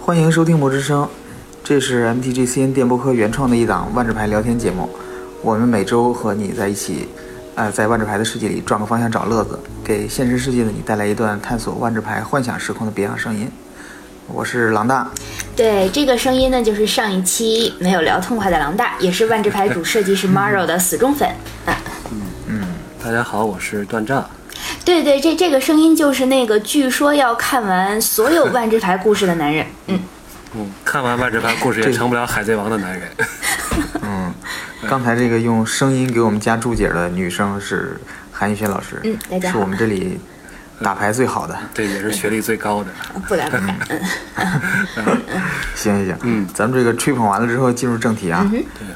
欢迎收听《魔之声》，这是 MTGCN 电波科原创的一档万智牌聊天节目。我们每周和你在一起，呃，在万智牌的世界里转个方向找乐子，给现实世界的你带来一段探索万智牌幻想时空的别样声音。我是狼大，对，这个声音呢，就是上一期没有聊痛快的狼大，也是万智牌主设计师 Maro 的死忠粉啊。大家好，我是段炸。 对对，这这个声音就是那个据说要看完所有万智牌故事的男人。嗯，嗯，看完万智牌故事也成不了海贼王的 男人。嗯刚才这个用声音给我们加注解的女生是韩逸轩老师，嗯大家是好我们这里打牌最好的。对，也是学历最高的。不敢不 敢。嗯行行行，嗯，咱们这个吹捧完了之后进入正题啊，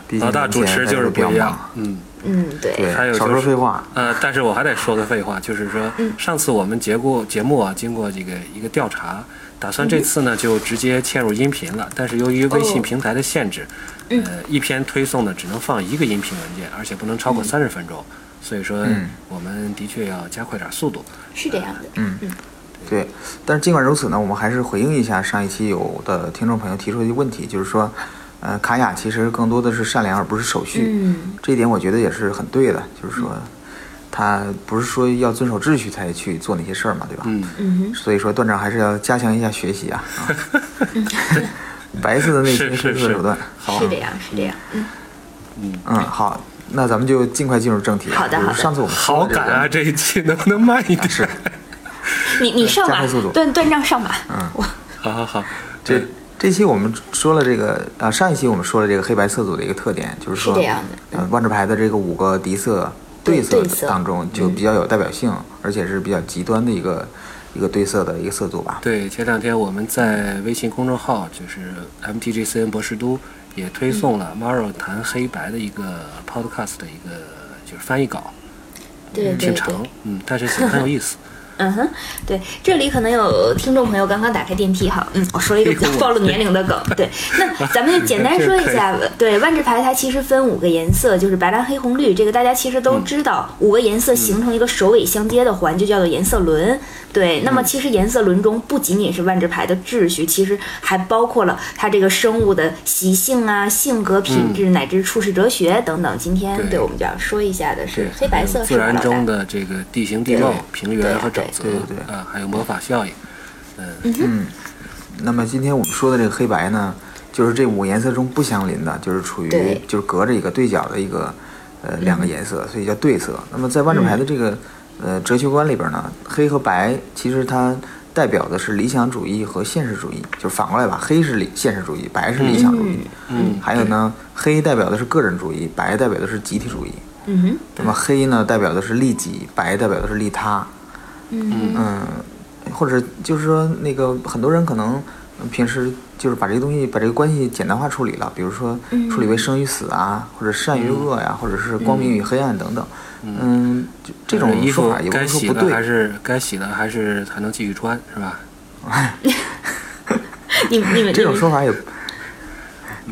毕竟老大咱们主现在持在就是这不比较忙一样。，嗯，嗯，对，对，还有少就说是废话，呃，但是我还得说个废话，就是说，上次我们节目节目啊，经过这个一个调查，打算这次呢就直接嵌入音频了，但是由于微信哦平台的限制，呃，一篇推送呢只能放一个音频文件，而且不能超过三十分钟，所以说嗯我们的确要加快点速度。是这样的。对，但是尽管如此呢，我们还是回应一下上一期有的听众朋友提出的问题，就是说，呃，卡雅其实更多的是善良，而不是手续。嗯这一点我觉得也是很对的，就是说，他不是说要遵守秩序才去做那些事儿嘛，对吧？嗯，嗯所以说，段长还是要加强一下学习啊。啊嗯 白色的那些是黑是色手段是，，哼，好是，这样是这样。嗯，嗯，好，那咱们就尽快进入正题啊。好的就是好的上次我们说好的这赶个啊！这一期能不能慢一点？是，你你上加吧快速度，段段账上吧。好好好，这这期我们说了这个啊，上一期我们说了这个黑白色组的一个特点，就是说是这样的呃，万智牌的这个五个敌色对色对色当中就比较有代表性，而且是比较极端的一个一个对色的一个色组吧。对，前两天我们在微信公众号，就是 MTGCN 博士都也推送了 Maro 谈黑白的一个 podcast 的一个就是翻译稿，对对挺对。长，嗯，但是很有意思。嗯哼，对，这里可能有听众朋友刚刚打开电梯哈，嗯，我说了一个比较暴露年龄的梗，对，那咱们就简单说一下，对，万智牌它其实分五个颜色，就是白蓝黑红绿，这个大家其实都知道，五个颜色形成一个首尾相接的环，就叫做颜色轮。对，那么其实颜色轮中不仅仅是万智牌的秩序，其实还包括了它这个生物的习性啊、性格、品质，乃至处世哲学等等。今天对对我们就要说一下的是黑白色自是吧然老大中的这个地形地貌对、平对原啊和沼对泽对对对啊，还有魔法效应。那么今天我们说的这个黑白呢，就是这五个颜色中不相邻的，就是处于对就是隔着一个对角的一个呃两个嗯颜色，所以叫对色。那么在万智牌的这个、呃哲学观里边呢，黑和白其实它代表的是理想主义和现实主义，就反过来吧，黑是理现实主义，白是理想主义。嗯还有呢，黑代表的是个人主义，白代表的是集体主义。嗯哼，那么黑呢，代表的是利己，白代表的是利他。嗯嗯，或者就是说，那个很多人可能平时就是把这个东西，把这个关系简单化处理了，比如说嗯处理为生与死啊，或者善与恶呀、或者是光明与黑暗等等。嗯，就这种衣说服法也不该是洗说不的还对，是该洗的还是还能继续穿是吧？你们你们这种你们说法也嗯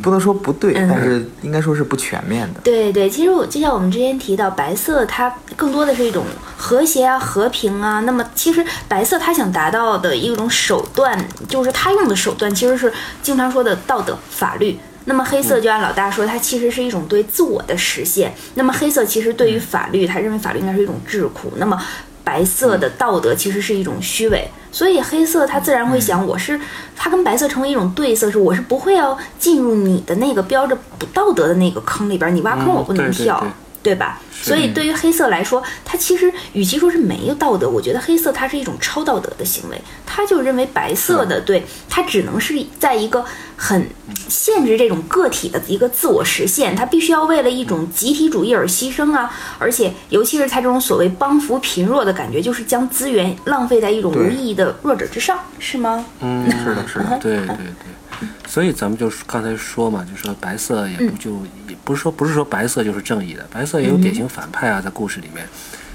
不能说不对，但是应该说是不全面的。对对，其实我就像我们之前提到，白色它更多的是一种和谐啊、和平啊。那么其实白色它想达到的一种手段，就是它用的手段其实是经常说的道德、法律。那么黑色就按老大说，它其实是一种对自我的实现。那么黑色其实对于法律，他认为法律应该是一种桎梏。那么白色的道德其实是一种虚伪，所以黑色它自然会想，我是它跟白色成为一种对色，是我是不会要进入你的那个标着不道德的那个坑里边儿，你挖坑嗯啊我不能对对跳。对对吧？所以对于黑色来说，它其实与其说是没有道德，我觉得黑色它是一种超道德的行为。他就认为白色的对它只能是在一个很限制这种个体的一个自我实现，它必须要为了一种集体主义而牺牲啊！而且尤其是他这种所谓帮扶贫弱的感觉，就是将资源浪费在一种对无意义的弱者之上，是吗？嗯，是的，是的。对对对，所以咱们就是刚才说嘛，就说白色也不就、也不是说不是说白色就是正义的，白色也有典型反派啊，在故事里面，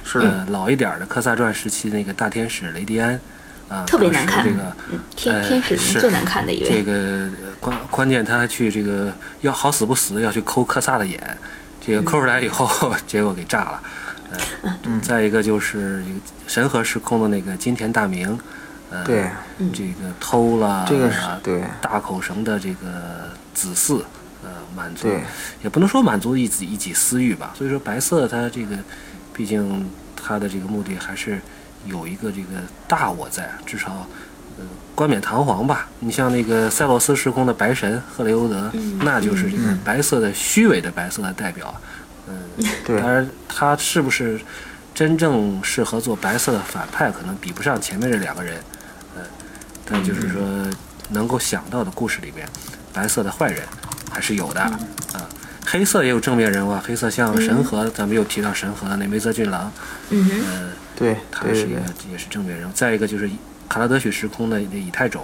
是的呃老一点儿的科萨传时期那个大天使雷迪安，啊、特别当时难看这个天呃天使是中最难看的一这位，个呃关关键他还去这个要好死不死要去抠科萨的眼，这个抠出来以后， 结果给炸呃了。嗯，再一个就是一个神和时空的那个金田大明，呃，对，这个偷了，啊这个是对大口绳的这个子嗣，呃，满足对，也不能说满足一己一己私欲吧。所以说白色它这个，毕竟它的这个目的还是有一个这个大我在，至少呃冠冕堂皇吧。你像那个塞洛斯时空的白神赫雷欧德，嗯那就是这个白色的虚伪的白色的代表。对当然，他是不是真正适合做白色的反派，可能比不上前面这两个人。呃，但就是说，能够想到的故事里边，白色的坏人还是有的啊、黑色也有正面人物啊，黑色像神河，咱们又提到神河的那梅泽俊郎，嗯哼，呃，对他对是对一个对，也是正面人物。再一个就是卡拉德许时空的那以太种，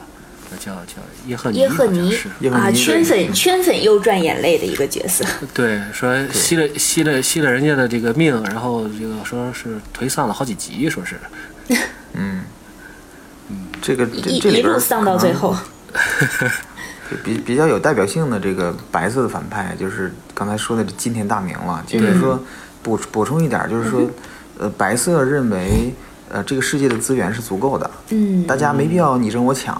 呃叫叫耶赫尼，耶赫好像尼是。耶赫啊，尼圈粉圈粉又赚眼泪的一个角色，对，说吸了吸了吸了人家的这个命，然后这个说是颓丧了好几集，说是，这个一这这一里边路儿丧到可能最后。对比比较有代表性的这个白色的反派，就是刚才说的这金田大明了。就是说补补充一点儿，就是说，呃，白色认为，呃，这个世界的资源是足够的，嗯，大家没必要你争我抢，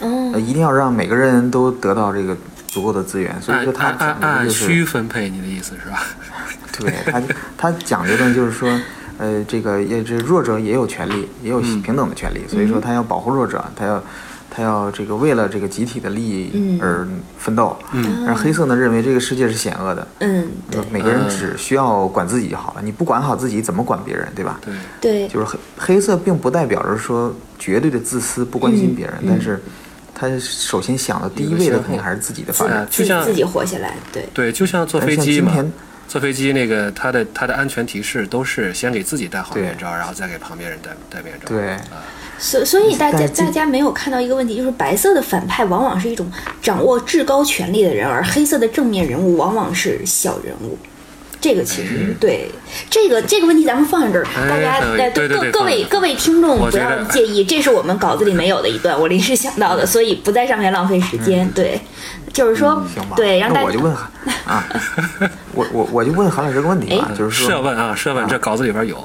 哦呃，，一定要让每个人都得到这个足够的资源。所以按说他按按讲究的按就是需，分配，你的意思是 吧？对他他讲究的就是说。呃，这个也这弱者也有权利，也有嗯平等的权利，所以说他要保护弱者，他要他要这个为了这个集体的利益嗯而奋斗。嗯，而黑色呢认为这个世界是险恶的，嗯，对每个人只需要管自己就好了，你不管好自己，怎么管别人，对吧？对，对，就是黑黑色并不代表着说绝对的自私，不关嗯心别人，但是他首先想的第一位的肯定还是自己的发展嗯。就像自己自己活下来，对，对，就像坐但飞哎是像机今嘛，天，坐飞机那个它的它的安全提示都是先给自己戴好对面罩，然后再给旁边人戴戴面罩。对所所以大家但是大家没有看到一个问题，就是白色的反派往往是一种掌握至高权力的人，而黑色的正面人物往往是小人物。这个其实对这个这个问题，咱们放在这儿，嗯哎大家对呃对对各对各位放各位听众我不觉得要介意，这是我们稿子里没有的一段，我临时想到的，所以不在上面浪费时嗯间。对，就是说嗯行吧，，对，让那大家我就问韩 啊，我我我就问韩老师个问题吧，哎就是是要说问啊，是要问，这稿子里边有，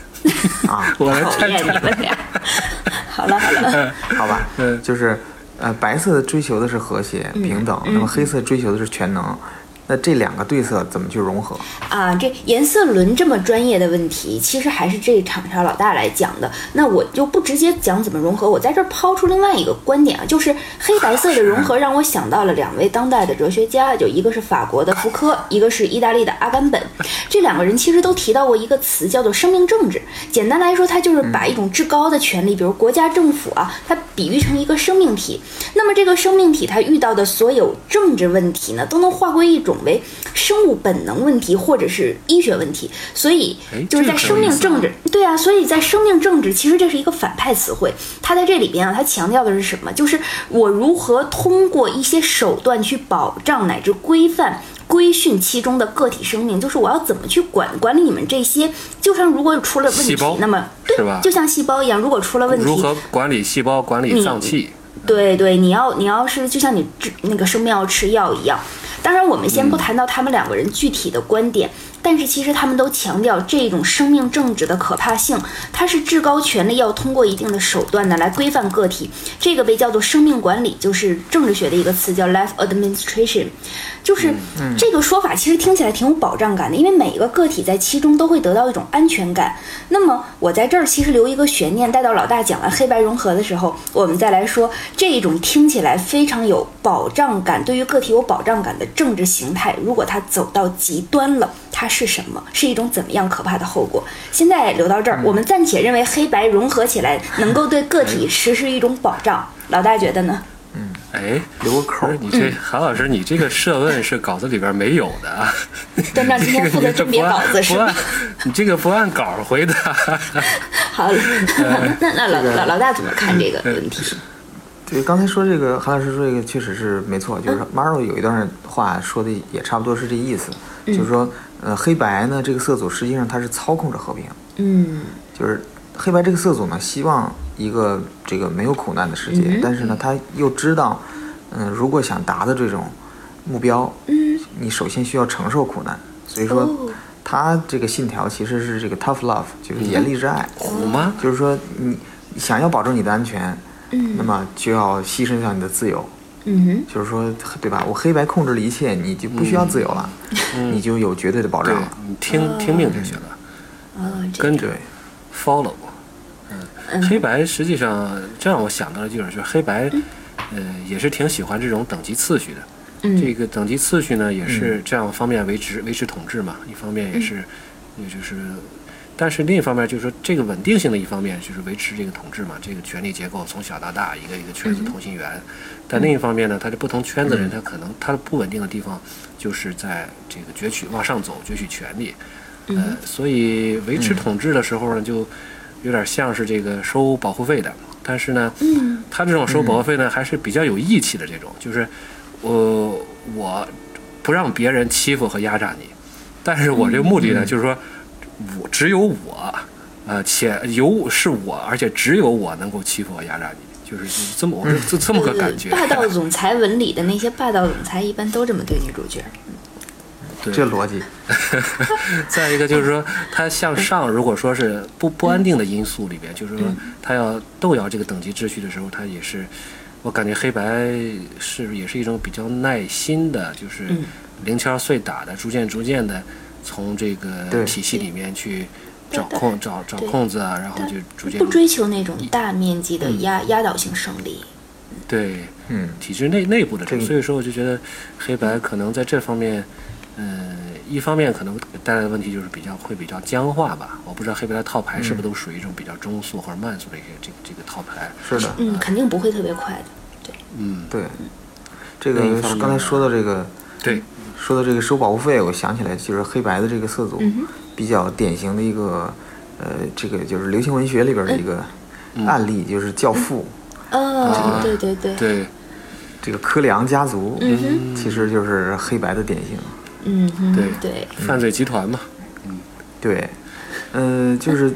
啊， 我来讨拆厌你拆。们俩。 好了好了，好吧，嗯就是呃，白色追求的是和谐嗯平等，那么黑色追求的是全能，那这两个对色怎么去融合？啊，这颜色轮这么专业的问题，其实还是这厂商老大来讲的。那我就不直接讲怎么融合，我在这儿抛出另外一个观点啊，就是黑白色的融合让我想到了两位当代的哲学家，就一个是法国的福柯，一个是意大利的阿甘本。这两个人其实都提到过一个词，叫做生命政治。简单来说，它就是把一嗯种至高的权利，比如国家政府啊，它比喻成一个生命体。那么这个生命体它遇到的所有政治问题呢，都能划归一种为生物本能问题或者是医学问题。所以哎就是在这个很有生命意思啊政治，对啊，所以在生命政治，其实这是一个反派词汇。它在这里边啊，它强调的是什么？就是我如何通过一些手段去保障乃至规范。规训其中的个体生命，就是我要怎么去管管理你们这些，就像如果出了问题细胞，那么对是吧，就像细胞一样，如果出了问题，嗯如何管理细胞，管理脏器？对对，你要你要是就像你治那个生病要吃药一样。当然，我们先不谈到他们两个人具体的观点，但是其实他们都强调这种生命政治的可怕性，它是至高权力要通过一定的手段呢来规范个体，这个被叫做生命管理，就是政治学的一个词叫 life administration，就是这个说法其实听起来挺有保障感的，因为每一个个体在其中都会得到一种安全感。那么我在这儿其实留一个悬念，待到老大讲完黑白融合的时候，我们再来说这种听起来非常有保障感、对于个体有保障感的政治形态，如果它走到极端了，它是什么？是一种怎么样可怕的后果？现在留到这儿，我们暂且认为黑白融合起来能够对个体实施一种保障，老大觉得呢？ 哎，留个口儿不是。你嗯这韩老师，你这个设问是稿子里边没有 的啊。段长今天负责甄别稿子是不吧按？，你这个不按稿儿回答。 好， 那那老老老大怎么看这个问题？对，刚才说这个，韩老师说这个确实是没错，就是嗯 Maro 有一段话说的也差不多是这意思，嗯就是说，呃，黑白呢这个色组实际上它是操控着和平，嗯就是黑白这个色组呢希望一个这个没有苦难的世嗯界，但是呢他又知道，嗯、如果想达的这种目标，嗯，你首先需要承受苦难，所以说哦，他这个信条其实是这个 tough love，就是严厉之爱，虎吗？就是说你想要保证你的安全，嗯那么就要牺牲掉你的自由，嗯就是说，对吧？我黑白控制了一切，你就不需要自由了，嗯你就有绝对的保对障了。你听听命就行了，哼，哦，这跟着对， follow。嗯，黑白实际上这让我想到了，就是就是黑白，呃，也是挺喜欢这种等级次序的。这嗯个等级次序呢，也是这样方面维持维持统治嘛，嗯一方面也是，也就是，但是另一方面就是说这个稳定性的一方面就是维持这个统治嘛，这个权力结构从小到大一个一个圈子同心圆，嗯但另一方面呢，它这不同圈子人他可能他的不稳定的地方就是在这个攫取往上走，攫取权力，嗯呃，所以维持统治的时候呢，就有点像是这个收保护费的，但是呢，嗯他这种收保护费呢，还是比较有义气的这种，就是我呃我不让别人欺负和压榨你，但是我这个目的呢，就是说我只有我，呃，且有是我，而且只有我能够欺负和压榨你，就是就是这么我是这这么个感觉，霸道总裁文里的那些霸道总裁一般都这么对女主角。 对这逻辑，再一个就是说，它向上，如果说是不不安定的因素里边，就是说它要动摇这个等级秩序的时候，它也是，我感觉黑白是也是一种比较耐心的，就是嗯零敲碎打的，逐渐逐渐的从这个对体系里面去对找空找找对空子啊，然后就逐渐不追求那种大面积的压压倒性胜利。对嗯，体制内内部的这种，这个所以说我就觉得黑白可能在这方面，嗯，一方面可能带来的问题就是比较会比较僵化吧。我不知道黑白的套牌是嗯不是都属于一种比较中速或者慢速的一个这个这个套牌。是的，嗯，肯定不会特别快的。嗯，对。这个另一方面刚才说到这个，对，说到这个收保护费，我想起来就是黑白的这个色组嗯哼，比较典型的一个，呃，这个就是流行文学里边的一个嗯案例，就是《教父》哦，对对对，对，这个柯里昂家族，嗯哼，其实就是黑白的典型。嗯哼，对对，犯罪集团嘛，对，呃，就是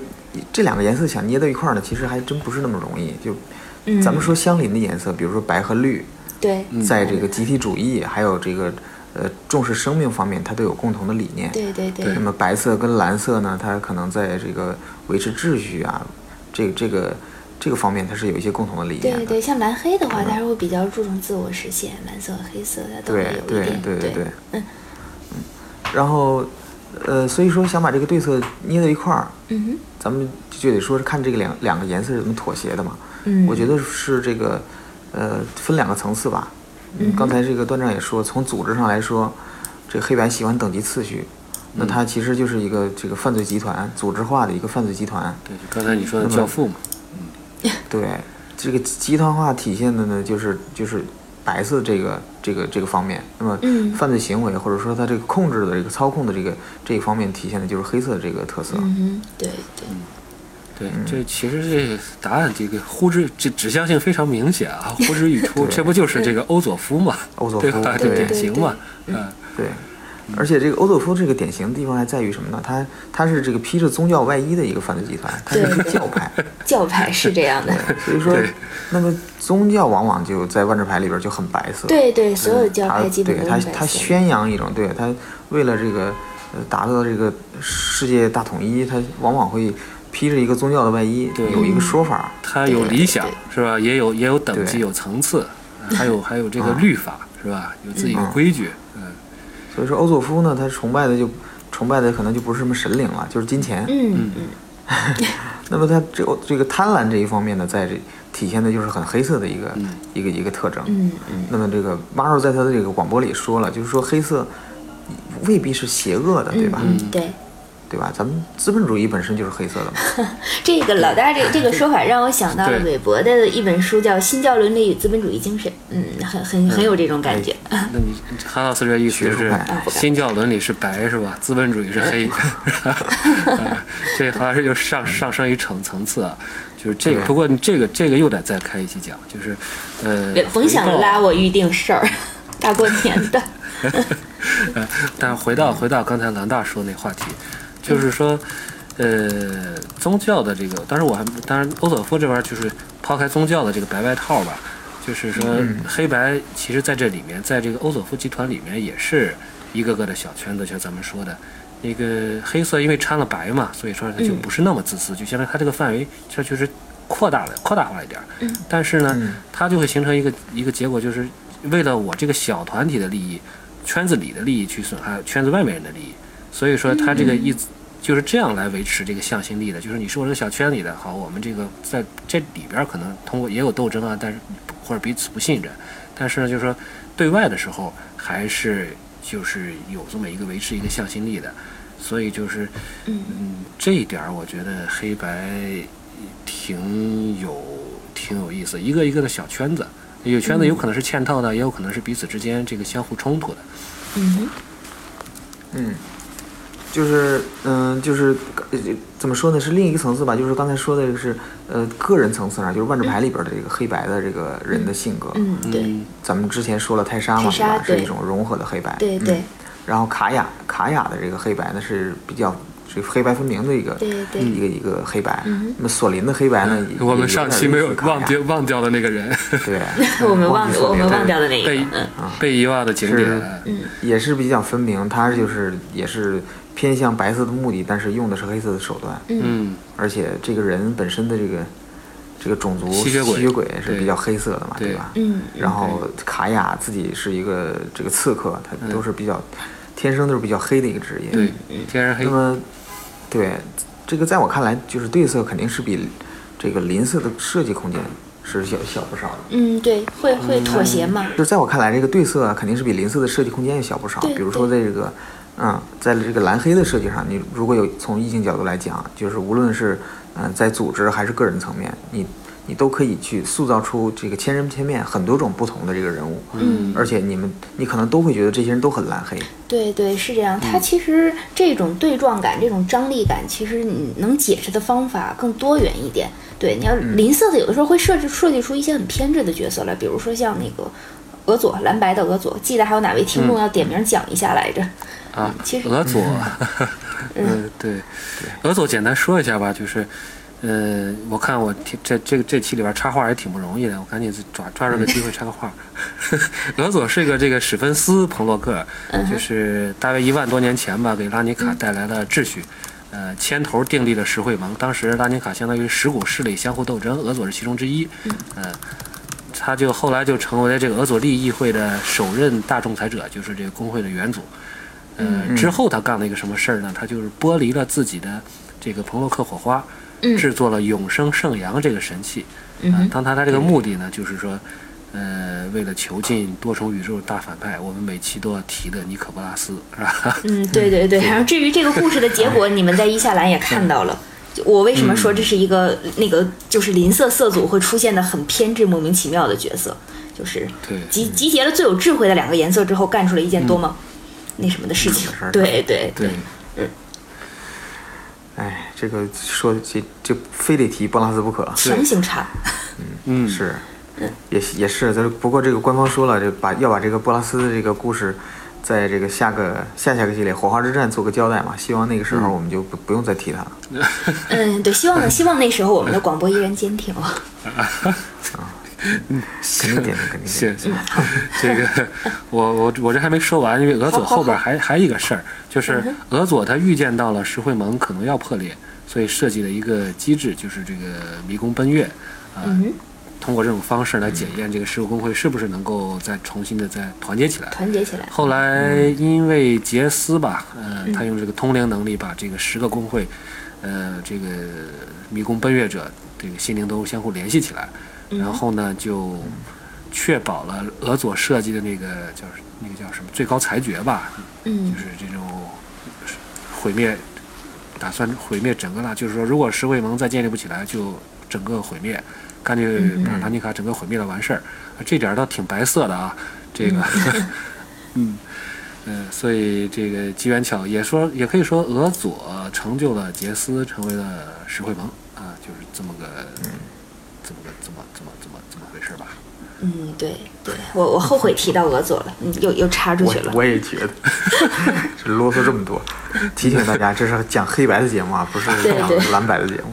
这两个颜色想捏到一块儿呢，其实还真不是那么容易。就嗯，咱们说相邻的颜色，比如说白和绿，对嗯在这个集体主义还有这个呃重视生命方面，它都有共同的理念。对对对那，么白色跟蓝色呢，它可能在这个维持秩序啊，这这个这个方面，它是有一些共同的理念对的。对，像蓝黑的话，它是会比较注重自我实现，蓝色、黑色它都会对对有一点，对对对，嗯然后，呃，所以说想把这个对策捏到一块儿，嗯哼，咱们就得说是看这个两两个颜色是怎么妥协的嘛。嗯，我觉得是这个，呃，分两个层次吧。嗯，刚才这个段长也说，从组织上来说，这黑白喜欢等级次序，那嗯它其实就是一个这个犯罪集团组织化的一个犯罪集团。对，就刚才你说嗯的教父嘛，对，这个集团化体现的呢，就是就是白色这个这个这个方面。那么嗯，犯罪行为或者说它这个控制的这个操控的这个这一方面体现的就是黑色这个特色。嗯哼，对对，对，嗯这其实这答案这个呼之这指向性非常明显啊，呼之欲出，这不就是这个欧佐夫嘛，欧佐夫对吧？这对典型嘛，嗯，对，而且这个欧佐夫这个典型的地方还在于什么呢？他他是这个披着宗教外衣的一个犯罪集团，他是一个对教派，教派是这样的，所以说对，那么宗教往往就在万智牌里边就很白色。对对，所有的教他派基本对都他是白他色的，宣扬一种，对他为了这个呃达到这个世界大统一，他往往会披着一个宗教的外衣，对有一嗯个说法。它有理想对是吧？也有也有等级，对有层次，呃还有还有这个律法是吧？有自己的规矩，嗯，所以说欧佐夫呢，他崇拜的就崇拜的可能就不是什么神灵了，就是金钱。嗯嗯，那么它这个这个贪婪这一方面呢，在这体现的就是很黑色的一个、一个一个特征。嗯嗯那么这个 Maro 在他的这个广播里说了，就是说黑色未必是邪恶的，对吧？嗯，对。对吧？咱们资本主义本身就是黑色的嘛。这个老大这这个说法让我想到了对韦伯的一本书，叫《新教伦理与资本主义精神》，嗯，很很很有这种感觉。那你韩老师这意思就学术是派啊不敢新教伦理是白是吧？资本主义是黑， 啊这好像是又上上升一层层次啊。就是这个，对不过你这个这个又得再开一期讲，就是呃，甭想回到拉我预定事儿， 大过年的，呃，但回到回到刚才兰大说那话题，就是说，呃，宗教的这个，当然我还当然欧索夫这边就是抛开宗教的这个白外套吧，就是说黑白其实在这里面，在这个欧索夫集团里面也是一个个的小圈子，像咱们说的。那个黑色因为掺了白嘛，所以说它就嗯不是那么自私，就相当于它这个范围，它就是扩大了扩大化一点儿，但嗯是呢，它就会形成一个一个结果，就是为了我这个小团体的利益，圈子里的利益去损害圈子外面人的利益，所以说它这个一直就是这样来维持这个向心力的，就是你是我这个小圈里的好，我们这个在这里边儿可能通过也有斗争啊，但是或者彼此不信任，但是呢，就是说对外的时候还是就是有这么一个维持一个向心力的，所以就是嗯这一点儿我觉得黑白挺有挺有意思，一个一个的小圈子，有圈子有可能是嵌套的，也有可能是彼此之间这个相互冲突的，嗯嗯，就是嗯、就是呃怎么说呢？是另一个层次吧。就是刚才说的是呃个人层次上，就是万智牌里边的这个黑白的这个人的性格。嗯，对嗯，咱们之前说了泰莎嘛，泰莎对吧？是对一种融合的黑白。对对嗯然后卡雅卡雅的这个黑白呢是比较这个黑白分明的一个对嗯对一个一个黑白。那么索林的黑白呢？也 我们上期没有忘掉也忘掉的那个人， 有点类似于卡雅对， 我们忘记我索林们了忘掉的那被个，嗯被遗忘的景点是，也是比较分明，它就是也是偏向白色的目的，但是用的是黑色的手段，嗯，而且这个人本身的这个这个种族吸血鬼是比较黑色的嘛，对对吧？嗯，然后卡雅自己是一个这个刺客，他都是比较、天生都是比较黑的一个职业。嗯对，天然黑那，么对这个在我看来，就是对色肯定是比这个邻色的设计空间是小小不少的。嗯，对，会会妥协嘛，就在我看来，这个对色肯定是比邻色的设计空间要小不少。对比如说在这个，嗯，在这个蓝黑的设计上，你如果有从意境角度来讲，就是无论是嗯、呃在组织还是个人层面，你你都可以去塑造出这个千人千面很多种不同的这个人物。嗯而且你们你可能都会觉得这些人都很蓝黑。对对，是这样。嗯它其实这种对撞感、这种张力感，其实你能解释的方法更多元一点。对，你要嗯邻色的，有的时候会设置设计出一些很偏执的角色来，比如说像那个俄佐蓝白的俄佐，记得还有哪位听众要点名讲一下来着？啊其实嗯俄佐， 嗯，对，俄佐简单说一下吧，就是，呃，我看我听这这个这期里边插画也挺不容易的，我赶紧抓抓住个机会插个 画。俄佐是个这个史芬斯彭洛克，嗯就是大约一万多年前吧，给拉尼卡带来了秩序。呃，牵头订立了石会盟，当时拉尼卡相当于十股势力相互斗争，俄佐是其中之一。嗯呃，他就后来就成为了这个俄佐利议会的首任大仲裁者，就是这个工会的元祖。呃，嗯之后他干了一个什么事儿呢？他就是剥离了自己的这个彭洛克火花，嗯制作了永生圣阳这个神器。嗯啊哼，当他他这个目的呢，就是说，呃，为了囚禁多重宇宙大反派，我们每期都要提的尼可波拉斯，是吧？嗯，对对对。然后至于这个故事的结 果，你们在一下栏也看到嗯了。就我为什么说这是一个、那个就是邻色色组会出现的很偏执、莫名其妙的角色，就是对集集结了最有智慧的两个颜色之后，干出了一件多么、那什么的事情事儿。对对对，哎，这个说这这非得提波拉斯不可。强行插，嗯，是，也是也是，但是不过这个官方说了，这把要把这个波拉斯的这个故事，在这个下个下下个系列《火花之战》做个交代嘛，希望那个时候我们就不、不用再提它了。嗯，对，希望希望那时候我们的广播依然坚挺啊了。肯定点，肯定谢点。谢。这个 我我我这还没说完，因为俄佐后边还还有一个事儿，就是嗯俄佐他预见到了石会盟可能要破裂，所以设计了一个机制，就是这个迷宫奔月，啊、嗯，通过这种方式来检验这个石油工会是不是能够再重新的再团结起来。团结起来。后来因为杰斯吧，呃，他用这个通灵能力把这个十个工会，呃，这个迷宫奔月者这个心灵都相互联系起来，然后呢就确保了俄佐设计的那个叫那个叫什么最高裁决吧，嗯就是这种毁灭，打算毁灭整个拉，就是说，如果石会盟再建立不起来，就整个毁灭，干脆嗯把拉尼卡整个毁灭了完事儿。啊这点儿倒挺白色的啊，这个， 嗯。 嗯，所以这个机缘巧也说，也可以说俄佐成就了杰斯，成为了石会盟啊，就是这么个，嗯这么个，这么这么这么这么回事儿吧。嗯，对对，我我后悔提到俄佐了，嗯，又又插出我去了。我也觉 得，这啰嗦这么多，提醒大家，这是讲黑白的节目啊，不是对对讲蓝白的节目。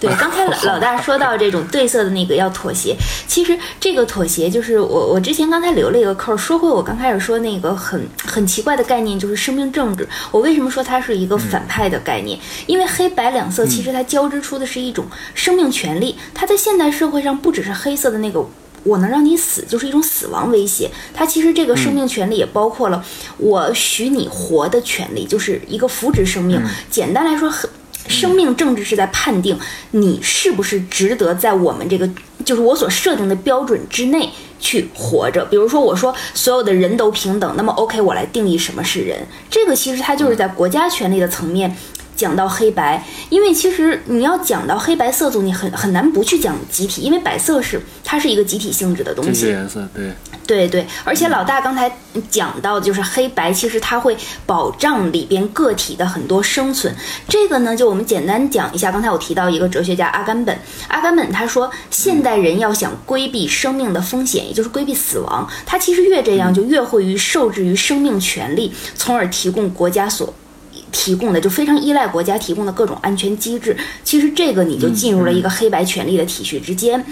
对，刚才老老大说到这种对色的那个要妥协，其实这个妥协就是我我之前刚才留了一个扣儿，说回我刚开始说那个很很奇怪的概念，就是生命政治。我为什么说它是一个反派的概念？因为黑白两色其实它交织出的是一种生命权利，它在现代社会上不只是黑色的那个。我能让你死，就是一种死亡威胁。它其实这个生命权利也包括了我许你活的权利，就是一个扶植生命。简单来说，很生命政治是在判定你是不是值得在我们这个就是我所设定的标准之内去活着。比如说，我说所有的人都平等，那么 OK，我来定义什么是人。这个其实它就是在国家权力的层面。讲到黑白，因为其实你要讲到黑白色组，你很很难不去讲集体，因为白色是它是一个集体性质的东这些西。颜色，对，对对，而且老大刚才讲到，就是黑白，其实它会保障里边个体的很多生存。这个呢，就我们简单讲一下。刚才我提到一个哲学家阿甘本，阿甘本他说，现代人要想规避生命的风险，也就是规避死亡，他其实越这样，就越会于受制于生命权利，从而提供国家所提供的，就非常依赖国家提供的各种安全机制。其实这个你就进入了一个黑白权力的体系之间。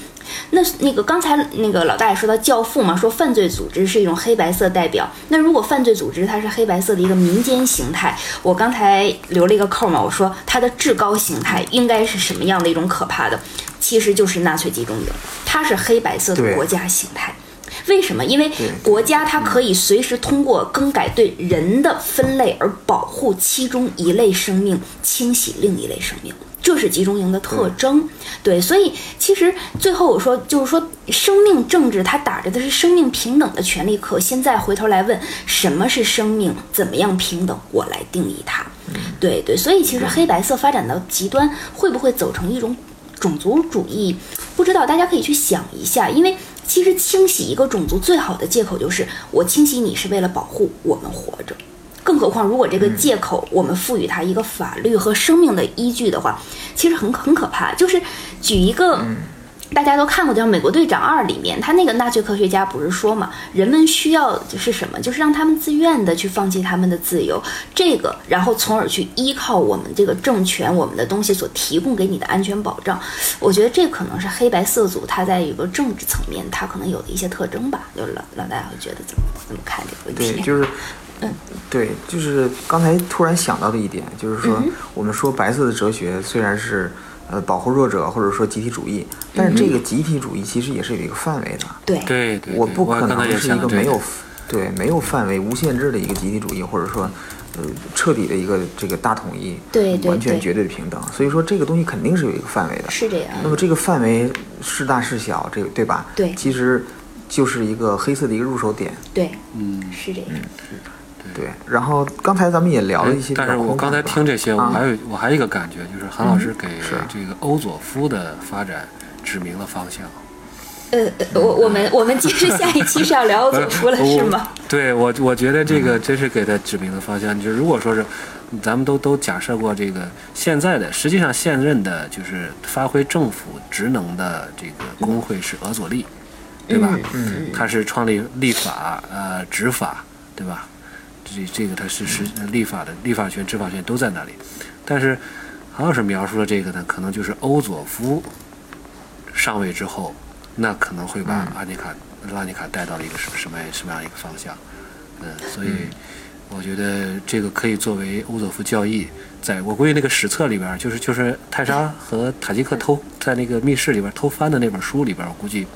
那那个刚才那个老大也说到《教父》嘛，说犯罪组织是一种黑白色代表。那如果犯罪组织它是黑白色的一个民间形态，我刚才留了一个扣嘛，我说它的至高形态应该是什么样的一种可怕的？其实就是纳粹集中营，它是黑白色的对国家形态。为什么？因为国家它可以随时通过更改对人的分类而保护其中一类生命，清洗另一类生命，这是集中营的特征。对，所以其实最后我说，就是说生命政治它打着的是生命平等的权利，可现在回头来问，什么是生命？怎么样平等？我来定义它。对嗯对，所以其实黑白色发展到极端，会不会走成一种种族主义？不知道，大家可以去想一下，因为其实清洗一个种族最好的借口就是我清洗你是为了保护我们活着。更何况，如果嗯这个借口我们赋予它一个法律和生命的依据的话，其实很很可怕。就是举一个。嗯大家都看过，叫《美国队长二》里面，他那个纳粹科学家不是说嘛，人们需要就是什么，就是让他们自愿的去放弃他们的自由，这个，然后从而去依靠我们这个政权、我们的东西所提供给你的安全保障。我觉得这可能是黑白色组它在一个政治层面，它可能有的一些特征吧。就是老老大会觉得怎么怎么看这个问对， 题？就是，嗯对，就是刚才突然想到的一点，就是嗯说，我们说白色的哲学虽然是呃保护弱者或者说集体主义，但是这嗯个集体主义其实也是有一个范围的，对对对，我不可刚才能也是一想个到没这有对没有范围、无限制的一个集体主义，或者说呃彻底的一个这个大统一，对对完全对绝对的平等。所以说这个东西肯定是有一个范围的，是这样那么这个范围是大是小，这个对吧？对其实就是一个黑色的一个入手点。对，嗯，是这样。对，然后刚才咱们也聊了一些比较哎嗯但空泛的吧，是我刚才听这些，我啊嗯还有我还有一个感觉，就是韩老师给是这个欧佐夫的发展指明了方向。呃，呃我我们我们其实下一期是要聊不祖父了，是 吗？？我对呃我，我觉得这个真是给他指明了方向。你就如果说是，咱们都都假设过这个现在的，实际上现任的就是发挥政府职能的这个工会是俄佐利，对吧？嗯，他是创立立法呃执法，对吧？这这个它是实立法的立法权、执法权都在那里，但是韩老师描述的这个呢，可能就是欧佐夫上位之后，那可能会嗯把阿尼卡、拉尼卡带到了一个什什么什么样一个方向，嗯，所以我觉得这个可以作为欧佐夫教义，在我估计那个史册里边儿，就是就是泰莎和塔吉克偷在那个密室里边儿偷翻的那本书里边儿，我估计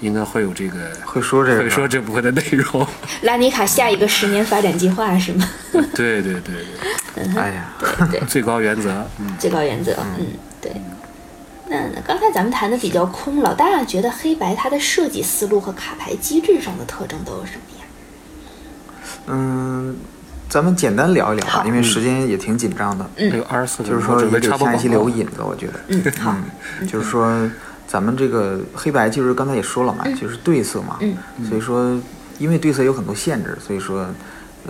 应该会有这个嗯会说这个，会说这部分的内容， 拉尼卡下一个十年发展计划是吗？对对对对，哎呀，对，最高原则，嗯，最高原则，嗯，对。那刚才咱们谈的比较空，老大觉得黑白它的设计思路和卡牌机制上的特征都有什么呀？嗯，咱们简单聊一聊吧好，嗯因为时间也挺紧张的，还有二十四个，就是我说准也备给插播下一期广告留引子，我觉得，嗯，好，嗯，就是说咱们这个黑白，就是刚才也说了嘛，就是对色嘛，所以说因为对色有很多限制，所以说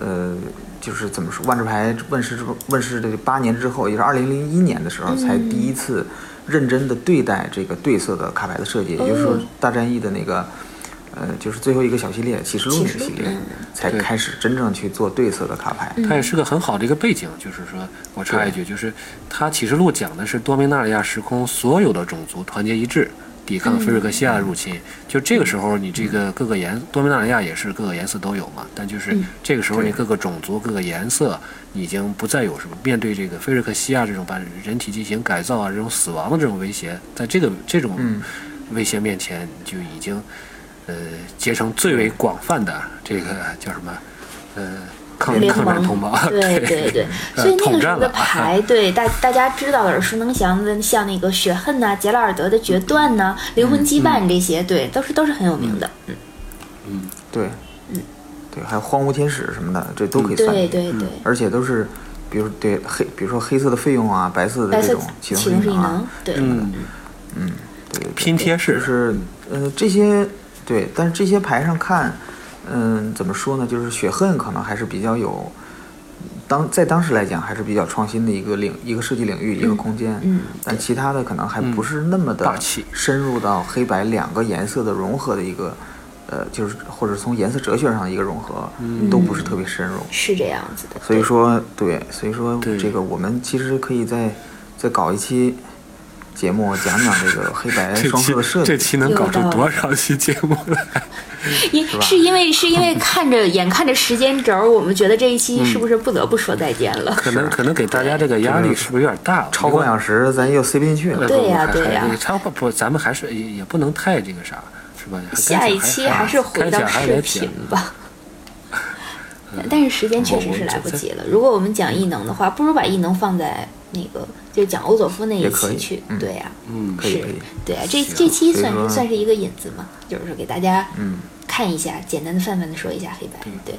呃，就是怎么说，万智牌问世之后问世这八年之后，也就是二零零一年的时候，才第一次哦认真的对待这个对色的卡牌的设计，也就是说大战役的那个。呃，就是最后一个小系列《启示录》嗯那个系列，才对开始真正去做对色的卡牌。它也是个很好的一个背景，就是说我插一句，就是它《启示录》讲的是多米纳里亚时空所有的种族团结一致，抵抗菲瑞克西亚的入侵。就这个时候，你这个各个颜多米纳里亚也是各个颜色都有嘛，但就是这个时候你各个种族、各个颜色已经不再有什么面对这个菲瑞克西亚这种把人体进行改造啊、这种死亡的这种威胁，在这个这种威胁面前，你就已经呃结成最为广泛的这个叫什么呃抗联抗战盟同胞，对对对，所以那统个时候战的了啊牌，对大大家知道耳熟能详的，像那个血恨呐、杰拉尔德的决断呐、灵魂羁嗯绊这些，对，都是都是很有名的。对，对，还有荒芜天使什么的，这都可以算进嗯对去。嗯对对，而且都是，比如对黑，比如说黑色的费用啊，白色的白这色种启启动动是异异能啊能，，对， 嗯，对对对拼贴式就是呃这些对，但是这些牌上看，嗯、怎么说呢？就是血恨可能还是比较有当在当时来讲还是比较创新的一个领一个设计领域、一个空间，嗯但其他的可能还不是那么的大气深入到黑白两个颜色的融合的一个。呃，就是或者从颜色哲学上的一个融合，都不是特别深入。是这样子的。所以说，对，所以说对这个我们其实可以再再搞一期节目，讲讲这个黑白这双色的设期这计。期能搞出多少期节目来？因是因为是因为看着眼看着时间轴儿，我们觉得这一嗯期是不是不得不说再见 了？可能可能给大家这个压力是不是有点大 了？超过两小小时，咱又塞不进去了。对呀对呀超不不，咱们还是也也不能太这个啥，是吧？下一期还还啊是回到视频 吧。但是时间确实是来不及了。嗯如果我们讲异能的话，不如把异能放在那个，就讲欧佐夫那一也可期以去。嗯对呀、嗯可以是可以，对呀、这这期所以算说是算是一个引子嘛，就是给大家嗯看一下，简单的泛泛的说一下黑白。对，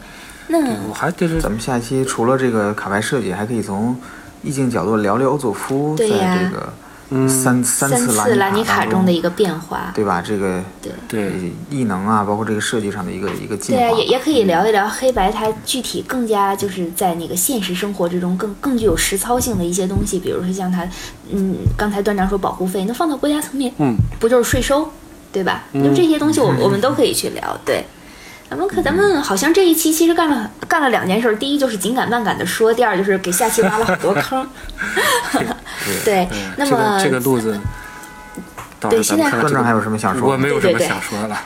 那嗯我还就是咱们下期除了这个卡牌设计，还可以从意境角度聊聊欧佐夫在对呀这个嗯三、三三次拉拉尼卡卡中的一个，个变化，对吧？这个对呃对异能啊，包括这个设计上的一个一个进对化。啊，也也可以聊一聊黑白，它具体更加就是在那个现实生活之中更更具有实操性的一些东西，比如说像它，嗯，刚才段长说保护费，那放到国家层面，嗯，不就是税收，对吧？那么这些东西我我们都可以去聊，对。咱们可咱们好像这一期其实干了干了两件事儿，第一就是紧赶慢赶的说，第二就是给下期挖了好多坑儿。 对，那这么个这个路子，到时候咱们看看段这长还有个。什么想说的？我没有什么想说了，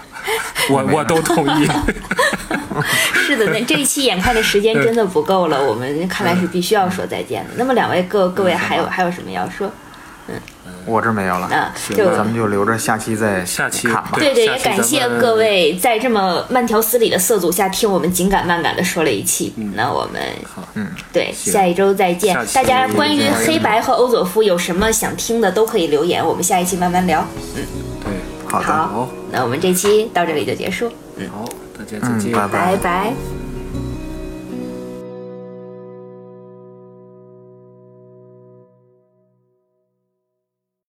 我 我都同意。是的，那这一期眼看着时间真的不够了，我们看来是必须要说再见的。那么两位各各嗯位还有还有什么要说？我这没有了。啊，行就那咱们就留着下期再下期看吧。对对，下也期感谢咱们各位在这么慢条斯理的色组下听我们紧赶慢赶的说了一期。那我们 好，对下一周再见嗯下。期大家关于黑白和欧佐夫有什么想听的都可以留言，我们下一期慢慢聊。对，好的，好好，那我们这期到这里就结束，好，大家再嗯，见。拜拜拜。